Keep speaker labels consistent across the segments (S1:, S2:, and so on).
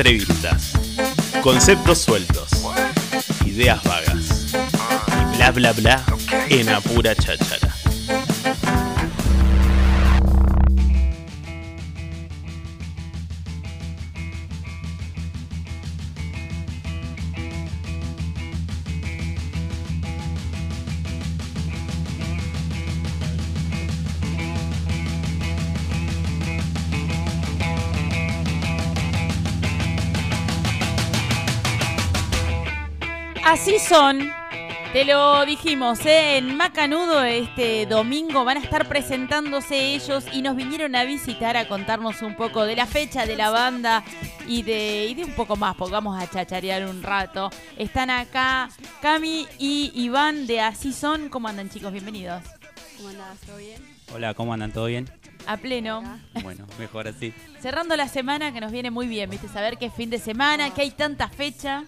S1: entrevistas, conceptos sueltos, ideas vagas y bla bla bla en apura cháchara.
S2: Así son. Te lo dijimos, ¿eh? en Macanudo este domingo van a estar presentándose ellos y nos vinieron a visitar a contarnos un poco de la fecha de la banda y de, y de un poco más, porque vamos a chacharear un rato. Están acá Cami y Iván de Así Son. ¿Cómo andan chicos? Bienvenidos.
S3: ¿Cómo andás? ¿Todo bien?
S4: Hola, ¿cómo andan? ¿Todo bien?
S2: A pleno.
S4: Bueno, mejor así.
S2: Cerrando la semana que nos viene muy bien, viste, saber que es fin de semana, que hay tanta fecha.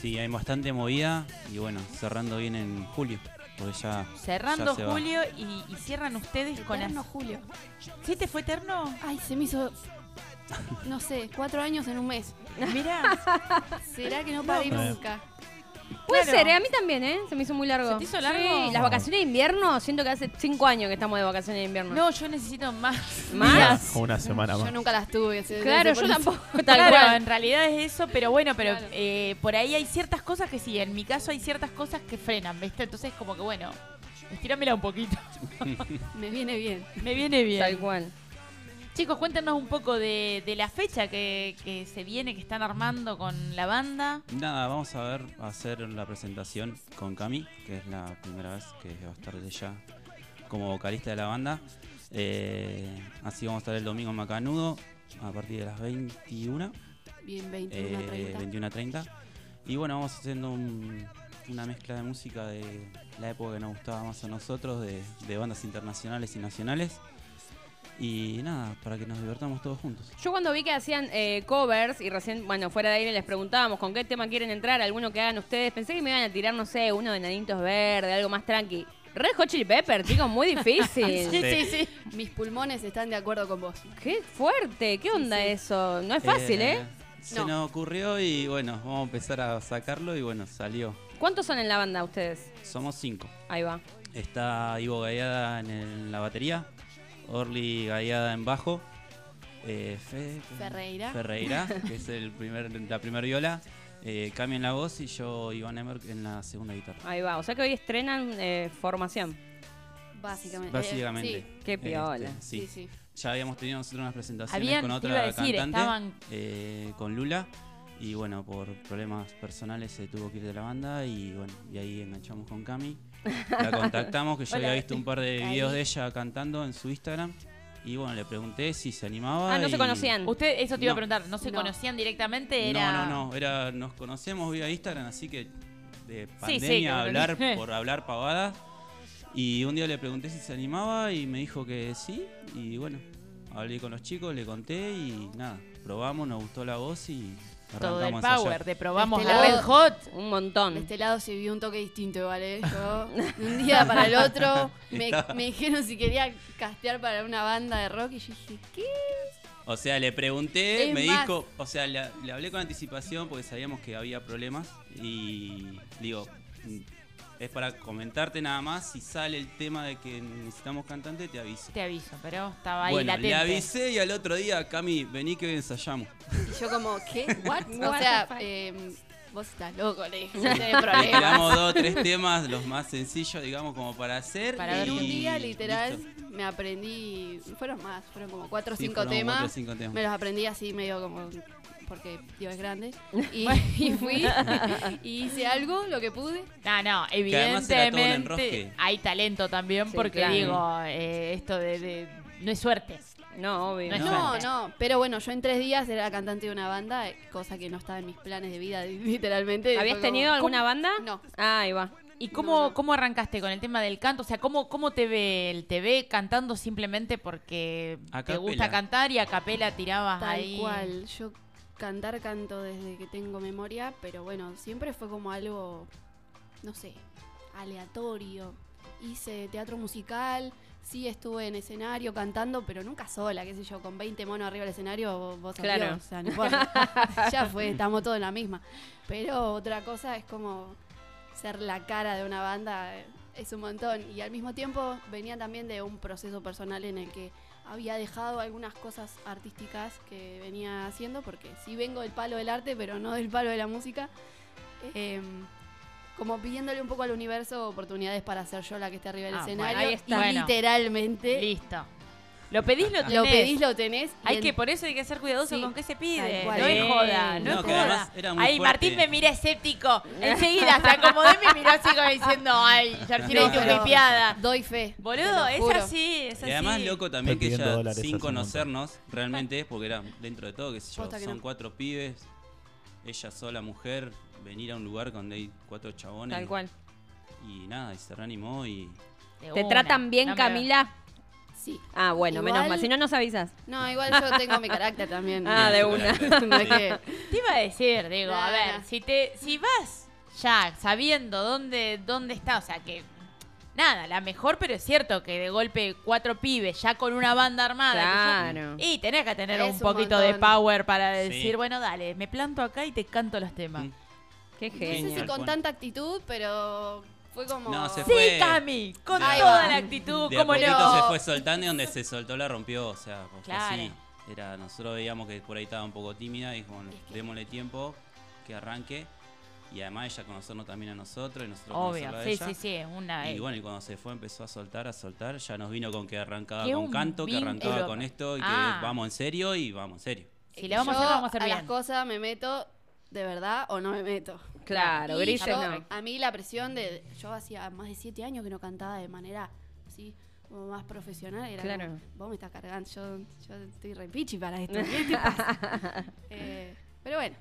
S4: Sí, hay bastante movida y bueno, cerrando bien en julio. Porque ya.
S2: Cerrando
S4: Ya se va.
S2: julio y, y cierran ustedes con las...
S3: Eterno Julio.
S2: ¿Sí te fue eterno?
S3: Ay, se me hizo, no sé, cuatro años en un mes.
S2: Mira,
S3: ¿Será que no paré
S5: No.
S3: nunca?
S6: Puede
S2: Claro.
S6: ser, eh, a mí también, ¿eh? Se me hizo muy largo.
S2: ¿Se te hizo largo?
S6: Sí, las vacaciones de invierno, siento que hace cinco años que estamos de vacaciones de invierno.
S2: no, yo necesito más.
S5: Una,
S6: ¿Más?
S5: una semana
S3: Yo
S5: más.
S3: nunca las tuve. así-
S6: Claro,
S3: así
S6: yo
S3: por eso.
S6: tampoco. Tal
S2: Claro,
S6: cual.
S2: en realidad es eso, pero bueno, pero
S3: Claro.
S2: eh, por ahí hay ciertas cosas que sí, en mi caso hay ciertas cosas que frenan, ¿viste? Entonces como que bueno, estíramela un poquito.
S3: Me viene bien.
S2: Me viene
S6: Tal
S2: bien.
S6: cual.
S2: Chicos, cuéntenos un poco de, de la fecha que, que se viene, que están armando con la banda.
S4: Nada, vamos a ver, a hacer la presentación con Cami, que es la primera vez que va a estar ella como vocalista de la banda. Eh, así vamos a estar el domingo en Macanudo a partir de las 21,
S3: Bien, 21, a 30.
S4: eh, 21.30. Y bueno, vamos haciendo un- una mezcla de música de la época que nos gustaba más a nosotros, de, de bandas internacionales y nacionales. Y nada, para que nos divertamos todos juntos.
S6: Yo cuando vi que hacían eh, covers y recién, bueno, fuera de aire les preguntábamos con qué tema quieren entrar, alguno que hagan ustedes, pensé que me iban a tirar, no sé, uno de Nanitos Verde, algo más tranqui. Red Hot Chili Pepper, chicos, muy difícil.
S2: sí, sí.
S3: Mis pulmones están de acuerdo con vos.
S6: qué fuerte, qué onda
S3: sí.
S6: eso. No es fácil, ¿eh?
S4: Se
S3: No.
S4: nos ocurrió y bueno, vamos a empezar a sacarlo y bueno, salió.
S6: ¿Cuántos son en la banda ustedes?
S4: Somos cinco.
S6: Ahí va.
S4: Está Ivo Gallada en, el- en la batería, Orly Gallada en bajo, eh, Fe-
S3: Ferreira.
S4: Ferreira, que es el primer, la primera viola, eh, Cami en la voz y yo, Iván Emer, en la segunda guitarra.
S6: Ahí va. O sea que hoy estrenan eh, formación.
S3: Básicamente. Eh,
S4: Básicamente.
S6: Qué piola.
S4: Este,
S3: sí,
S4: sí.
S3: sí, sí.
S4: Ya habíamos tenido nosotros unas presentaciones
S2: Habían-
S4: con
S2: te
S4: otra
S2: iba a decir,
S4: cantante,
S2: estaban-
S4: eh, con Lula. Y bueno, por problemas personales se tuvo que ir de la banda y bueno, y ahí enganchamos con Cami. La contactami, que yo
S2: Hola.
S4: había visto un par de videos
S3: Cami.
S4: de ella cantando en su Instagram. Y bueno, le pregunté si se animaba.
S6: Ah, no
S4: y-
S6: se conocían.
S2: Usted, eso te iba a
S4: No.
S2: preguntar, ¿no se
S3: No.
S2: conocían directamente? Era...
S4: No, no, no, era, nos conocemos vía Instagram, así que de
S2: Sí, sí,
S4: pandemia
S2: claro.
S4: hablar por hablar pavadas. Y un día le pregunté si se animaba y me dijo que sí. Y bueno, hablé con los chicos, le conté y nada, probamos, nos gustó la voz y
S2: Todo el
S4: arrancamos a ensayar.
S2: power, de probamos
S3: Este
S2: a
S3: lado-
S2: Red Hot.
S6: Un
S3: De
S6: montón.
S3: este lado se vio un toque distinto, ¿vale? Yo, de un día para el otro, me,
S4: Está.
S3: me dijeron si quería castear para una banda de rock y yo dije, ¿qué?
S4: O sea, le
S3: Es
S4: pregunté, me
S3: más-
S4: dijo, o sea, le, le hablé con anticipación porque sabíamos que había problemas y digo, mm, es para comentarte nada más, si sale el tema de que necesitamos cantante, te aviso.
S2: Te aviso, pero estaba ahí
S4: Bueno,
S2: latente.
S4: le avisé y al otro día, Cami, vení que ensayamos.
S3: Y yo como, ¿qué? ¿What? o
S6: What
S3: sea,
S6: the fuck?
S3: em, vos estás loco, le dije, no tenés
S4: Le
S3: problema.
S4: tiramos dos o tres temas, los más sencillos, digamos, como para hacer.
S2: Para ver
S4: y
S3: En un día, literal,
S4: Mm, listo.
S3: me aprendí, fueron más, fueron como cuatro o
S4: Sí,
S3: cinco
S4: fueron como cuatro o
S3: temas.
S4: cinco temas.
S3: Me los aprendí así medio como porque Dios es grande. Y, y fui y hice algo, lo que pude.
S2: No, no,
S4: además era todo un
S2: evidentemente
S4: enrosque.
S2: hay talento también
S6: Sí,
S2: porque
S6: claro.
S2: digo, eh, esto de, de- no es suerte.
S6: No, obvio.
S2: No es
S3: No,
S2: suerte.
S3: no, pero bueno, yo en tres días era cantante de una banda, eh, cosa que no estaba en mis planes de vida, literalmente.
S6: ¿Habías
S3: Fue como-
S6: tenido alguna banda?
S3: No.
S6: Ah, ahí va.
S2: ¿Y cómo,
S3: No, no.
S2: cómo arrancaste con el tema del canto? O sea, ¿cómo, cómo te ve el te ve cantando simplemente porque
S4: A
S2: te
S4: capela.
S2: gusta cantar y a capela tirabas
S3: Tal
S2: ahí?
S3: cual, yo cantar canto desde que tengo memoria, pero bueno, siempre fue como algo, no sé, aleatorio. Hice teatro musical, sí estuve en escenario cantando, pero nunca sola, qué sé yo, con 20 monos arriba del escenario, vos, vos sos
S6: Claro.
S3: Dios, o sea, no importa. ya fue, estamos todos en la misma. Pero otra cosa es como ser la cara de una banda, eh, es un montón. Y al mismo tiempo venía también de un proceso personal en el que había dejado algunas cosas artísticas que venía haciendo, porque sí vengo del palo del arte, pero no del palo de la música. Em, como pidiéndole un poco al universo oportunidades para ser yo la que esté arriba del
S2: Ah, bueno,
S3: escenario.
S6: ahí
S2: está.
S3: Y
S2: Bueno.
S3: literalmente
S2: Listo. Lo pedís, lo tenés.
S3: lo pedís, lo tenés. y
S2: Hay
S3: en-
S2: que, por eso hay que ser cuidadoso
S3: Sí,
S2: con qué se
S3: tal
S2: pide.
S3: cual.
S2: No es
S6: Sí.
S2: joda, no,
S4: No,
S2: es
S4: que además
S2: joda.
S4: era muy
S2: Ahí Martín
S4: fuerte.
S2: me mira escéptico. Enseguida se acomodé y me miró así como diciendo, ay, Georgina,
S3: No,
S2: no,
S3: pero-
S2: pipiada.
S3: Doy fe. te
S2: Boludo,
S3: lo
S2: es
S3: juro.
S2: así, es
S4: Y
S2: así.
S4: además, loco también
S1: Estoy
S4: que
S1: pidiendo
S4: ella,
S1: dólares hace
S4: sin
S1: un
S4: conocernos, realmente, porque era dentro de todo, qué sé yo,
S3: Posta que
S4: son
S3: no.
S4: cuatro pibes, ella sola mujer, venir a un lugar donde hay cuatro chabones.
S6: Tal cual.
S4: Y nada, y se reanimó y.
S2: De
S6: ¿Te
S2: una.
S6: tratan bien,
S2: No me-
S6: Camila?
S3: Sí.
S6: Ah, bueno, menos
S3: Igual-
S6: mal. Si no, nos avisas.
S3: No, igual yo tengo mi carácter también.
S6: Ah, de
S4: una.
S3: No es que-
S2: Te iba a decir, digo, a
S3: Nah,
S2: ver,
S3: nah.
S2: si te si vas ya sabiendo dónde dónde está, o sea que nada, la mejor, pero es cierto que de golpe cuatro pibes ya con una banda armada. que
S6: Claro.
S2: son- y tenés que tener
S3: Es
S2: un
S3: un
S2: poquito de
S3: montón.
S2: power para
S4: Sí.
S2: decir, bueno, dale, me planto acá y te canto los temas.
S4: Mm.
S6: Qué
S3: No sé si
S6: genio.
S3: con tanta actitud, pero fue como.
S4: No, se
S2: Sí,
S4: fue.
S2: Cami, con
S4: Ahí
S2: toda
S3: va.
S2: la actitud,
S4: De a
S2: como
S4: poquito
S2: no.
S4: se fue soltando y donde se soltó la rompió, o sea, pues fue
S2: Claro.
S4: así. Era, nosotros veíamos que por ahí estaba un poco tímida y dijimos, bueno, démosle tiempo que arranque. Y además ella conocernos también a nosotros y nosotros conocerla
S2: Obvio,
S4: a
S2: sí,
S4: ella.
S2: sí, sí, es una
S4: Y bueno, y cuando se fue empezó a soltar, a soltar, ya nos vino con que arrancaba
S2: Qué
S4: con
S2: un
S4: canto, que arrancaba
S2: vínculo.
S4: con esto y que
S2: Ah.
S4: vamos en serio y vamos en serio.
S2: si la vamos a
S3: yo
S2: hacer, la vamos a hacer
S3: las
S2: bien.
S3: cosas me meto de verdad o no me meto.
S6: Claro,
S3: Y
S6: grises
S3: yo-
S6: no.
S3: A mí la presión de. Yo hacía más de siete años que no cantaba de manera así, como más profesional. Era
S6: Claro.
S3: como, vos me estás cargando, yo, yo estoy re pichi para esto. ¿qué te pasa? Eh, pero bueno.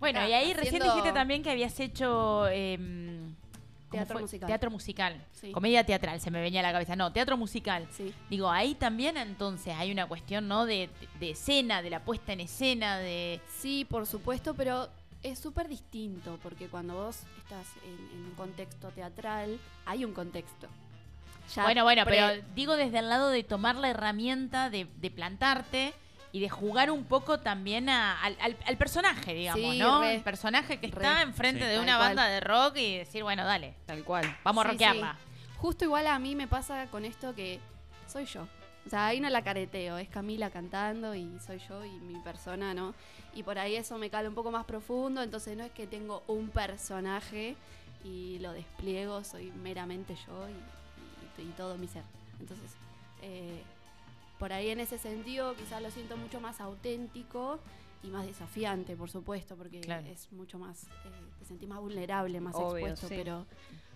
S2: Bueno,
S3: acá,
S2: y ahí recién
S3: Ah, haciendo-
S2: dijiste también que habías hecho... em, ¿cómo
S3: Teatro
S2: fue?
S3: musical.
S2: Teatro musical.
S3: Sí.
S2: Comedia teatral, se me venía a la cabeza. No, teatro musical.
S3: Sí.
S2: Digo, ahí también entonces hay una cuestión, ¿no? De, de escena, de la puesta en escena, de...
S3: Sí, por supuesto, pero es súper distinto, porque cuando vos estás en, en un contexto teatral, hay un contexto. Ya
S2: bueno, bueno,
S3: pre-
S2: pero digo desde el lado de tomar la herramienta, de, de plantarte y de jugar un poco también a- al, al- al personaje, digamos,
S3: Sí,
S2: ¿no?
S3: re.
S2: El personaje que
S3: Re.
S2: está enfrente
S4: Sí.
S2: de
S3: Tal
S2: una
S3: cual.
S2: banda de rock y decir, bueno, dale,
S6: Tal cual.
S2: vamos a
S3: Sí,
S2: rockearla.
S3: Justo igual a mí me pasa con esto que soy yo. O sea, ahí no la careteo, es Camila cantando y soy yo y mi persona, ¿no? Y por ahí eso me cala un poco más profundo, entonces no es que tengo un personaje y lo despliego, soy meramente yo y, y- y todo mi ser. Entonces, eh, por ahí en ese sentido quizás lo siento mucho más auténtico y más desafiante, por supuesto, porque
S2: Claro.
S3: es mucho más, eh, te sentís más vulnerable, más
S6: Obvio,
S3: expuesto,
S6: sí.
S3: pero...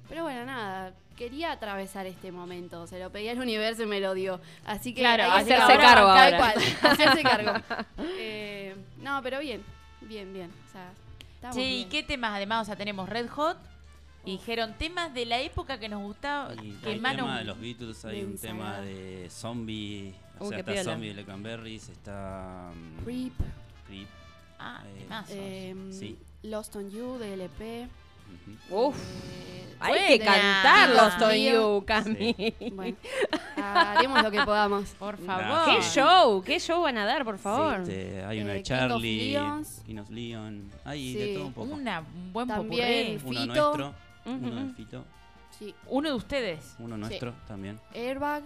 S3: Pero bueno, nada, quería atravesar este momento, se lo pedí al universo y me lo dio. Así que
S2: Claro,
S3: ahí está,
S2: hacerse cargo
S3: tal
S6: ahora.
S3: cual, hacerse cargo. Eh, no, pero bien, bien, bien. O sea, estamos
S2: Che, ¿y
S3: bien.
S2: qué temas además? O sea, tenemos Red Hot. Y dijeron temas de la época que nos gustaba.
S4: Y
S2: que
S4: hay
S2: más
S4: tema
S2: nos-
S4: de los Beatles, hay un
S3: Mensaje.
S4: tema de zombie, o
S6: Uh,
S4: sea,
S6: qué
S4: está
S6: piola.
S4: zombie de Black and Berries, está mm,
S3: Creep,
S4: Creep,
S2: Ah,
S4: eh,
S2: temazos.
S3: em,
S4: Sí.
S3: Lost on You, de LP.
S4: ujú.
S6: Uf.
S3: eh,
S6: Hay que
S2: Buena.
S6: cantarlos,
S2: Dios
S6: Toy
S3: mío.
S6: You, Cami.
S3: Bueno, haremos lo que podamos.
S2: Por
S4: Nah,
S2: favor.
S6: ¿Qué
S4: Ah.
S6: show? ¿Qué show van a dar, por favor?
S4: Este, hay una
S3: Eh,
S4: de
S3: King of
S4: Charlie,
S3: Leons.
S4: King of Leon, hay
S3: Sí.
S4: de todo un poco.
S2: Una, un buen
S3: También.
S2: popurrí.
S4: uno
S3: Fito.
S4: nuestro,
S6: Ujú,
S4: uno
S6: ujú.
S4: de Fito,
S3: Sí,
S2: Uno de ustedes.
S4: uno nuestro también,
S3: Airbag.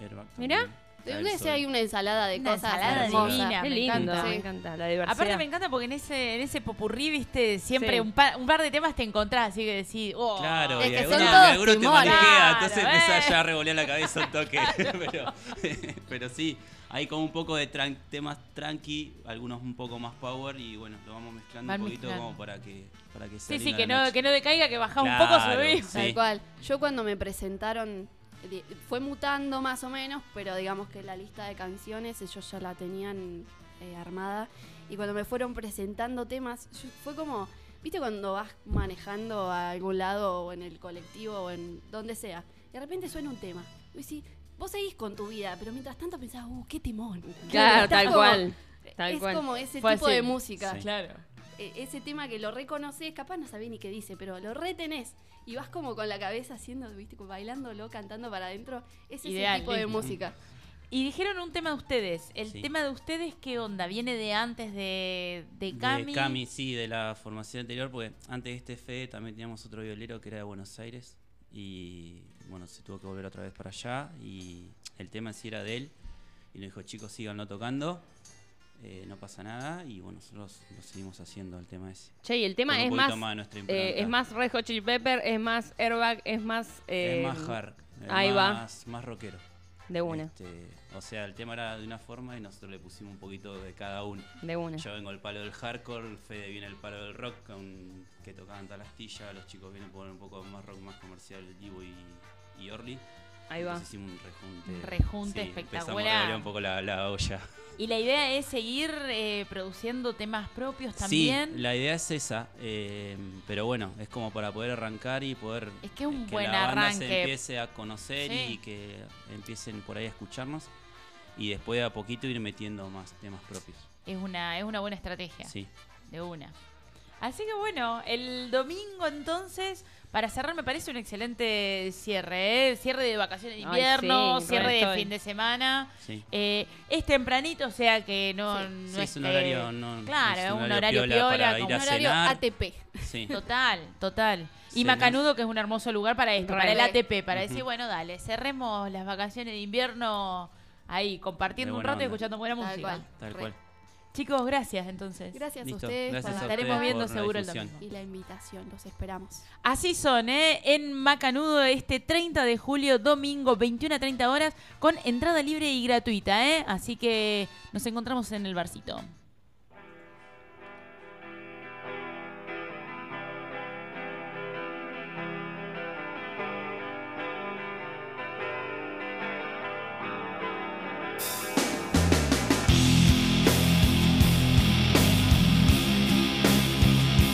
S4: Airbag
S6: Mirá,
S4: también,
S3: De
S4: Trae el
S3: dónde se
S4: Sol.
S3: hay una ensalada de
S2: Una
S3: cosas.
S2: ensalada
S3: hermosas.
S2: divina.
S6: Qué
S2: me
S6: lindo,
S3: encanta.
S6: me
S3: Sí.
S6: encanta. La diversidad.
S2: Aparte me encanta porque en ese, en ese popurrí, viste, siempre
S6: Sí.
S2: un, par, un par de temas te encontrás, así que decís, oh,
S4: Claro,
S3: Es
S4: y
S3: que son
S4: alguno,
S3: todos
S4: alguno te
S3: timones.
S4: manijea,
S2: Claro,
S4: entonces
S2: ¿ves?
S4: empezás ya a revolear la cabeza un toque. pero, pero sí, hay como un poco de tran- temas tranqui, algunos un poco más power y bueno, lo vamos mezclando
S2: Van
S4: un poquito
S2: mezclando.
S4: como para que, para que sea
S2: sí, sí,
S4: linda
S2: que
S4: la
S2: no,
S4: noche.
S2: que no decaiga, que bajás un
S4: Claro,
S2: poco, subís.
S4: sí.
S3: Tal cual. Yo cuando me presentaron, di- fue mutando más o menos, pero digamos que la lista de canciones ellos ya la tenían eh, armada. Y cuando me fueron presentando temas, yo- fue como, viste cuando vas manejando a algún lado o en el colectivo o en donde sea, y de repente suena un tema. Y sí, vos seguís con tu vida, pero mientras tanto pensás, uh, qué timón.
S6: Claro,
S3: Estás
S6: tal
S3: como-
S6: cual. Tal
S3: es
S6: cual.
S3: como ese
S2: Fue
S3: tipo
S2: así.
S3: de música.
S4: Sí.
S2: Claro.
S3: eh, ese tema que lo reconoces, capaz no sabés ni qué dice, pero lo retenés y vas como con la cabeza haciendo, viste, como bailándolo, cantando para adentro. Es ese
S2: Ideal,
S3: tipo de
S2: listo.
S3: música.
S2: Y dijeron un tema de ustedes. ¿El
S4: Sí.
S2: tema de ustedes qué onda? ¿Viene de antes de, de Cami?
S4: De Cami, sí, de la formación anterior, porque antes de este Fede también teníamos otro violero que era de Buenos Aires y bueno, se tuvo que volver otra vez para allá y el tema en sí era de él y nos dijo chicos síganlo tocando, eh, no pasa nada y bueno, nosotros lo seguimos haciendo el tema ese.
S6: Che, y el tema
S4: Con un
S6: es
S4: poquito
S6: más,
S4: más de nuestra
S6: eh,
S4: impronta.
S6: es más Red Hot Chili Pepper, es más Airbag, es más... eh,
S4: es más hard, es
S6: ahí va.
S4: más, más rockero.
S6: De una,
S4: Este, o sea, el tema era de una forma y nosotros le pusimos un poquito de cada uno.
S6: de una.
S2: Eh.
S4: Yo vengo el palo del hardcore, Fede viene el palo del rock, con- que tocaban Talastilla, los chicos vienen por un poco más rock, más comercial, Divo y, y Orly.
S6: Ahí va.
S4: Entonces hicimos un rejunte.
S2: Un rejunte
S4: Empezamos a
S2: espectacular.
S4: revolver un poco la, la olla.
S2: Y la idea es seguir eh, produciendo temas propios también.
S4: Sí, la idea es esa, eh, pero bueno, es como para poder arrancar y poder eh,
S2: Es que es un
S4: que
S2: buen
S4: la banda
S2: arranque.
S4: se empiece a conocer
S2: Sí.
S4: y que empiecen por ahí a escucharnos y después de a poquito ir metiendo más temas propios.
S2: Es una es una buena estrategia.
S4: Sí.
S2: De una. Así que bueno, el domingo entonces, para cerrar, me parece un excelente cierre. ¿eh? Cierre de vacaciones de
S6: Ay,
S2: invierno,
S6: sí,
S2: cierre
S6: re
S2: de
S6: estoy.
S2: fin de semana.
S4: Sí.
S2: Eh, es tempranito, o sea que no,
S3: Sí.
S2: no
S4: Sí, es un
S2: esté-
S4: horario, no-
S2: Claro,
S4: es un
S2: un horario
S4: horario piola
S2: piola,
S4: para
S2: como-
S4: ir a
S3: Horario
S4: cenar.
S3: ATP.
S4: Sí.
S2: Total, total. Y
S4: Cenas.
S2: Macanudo, que es un hermoso lugar para esto, para el
S6: Re.
S2: ATP, para decir, bueno, dale, cerremos las vacaciones de invierno ahí, compartiendo
S4: De
S2: un
S4: buena
S2: rato y
S4: onda.
S2: escuchando buena
S3: Tal
S2: música.
S3: cual.
S4: Tal
S3: Re.
S4: cual.
S2: Chicos, gracias entonces.
S3: Gracias
S4: Listo.
S3: a ustedes
S4: Gracias
S3: por
S4: a
S3: la-
S2: Estaremos
S4: ustedes
S2: viendo
S4: por la
S2: seguro el
S4: difusión.
S2: domingo.
S3: y la invitación. Los esperamos.
S2: Así son, ¿eh? En Macanudo este 30 de julio, domingo, 21 a 30 horas, con entrada libre y gratuita, ¿eh? Así que nos encontramos en el barcito.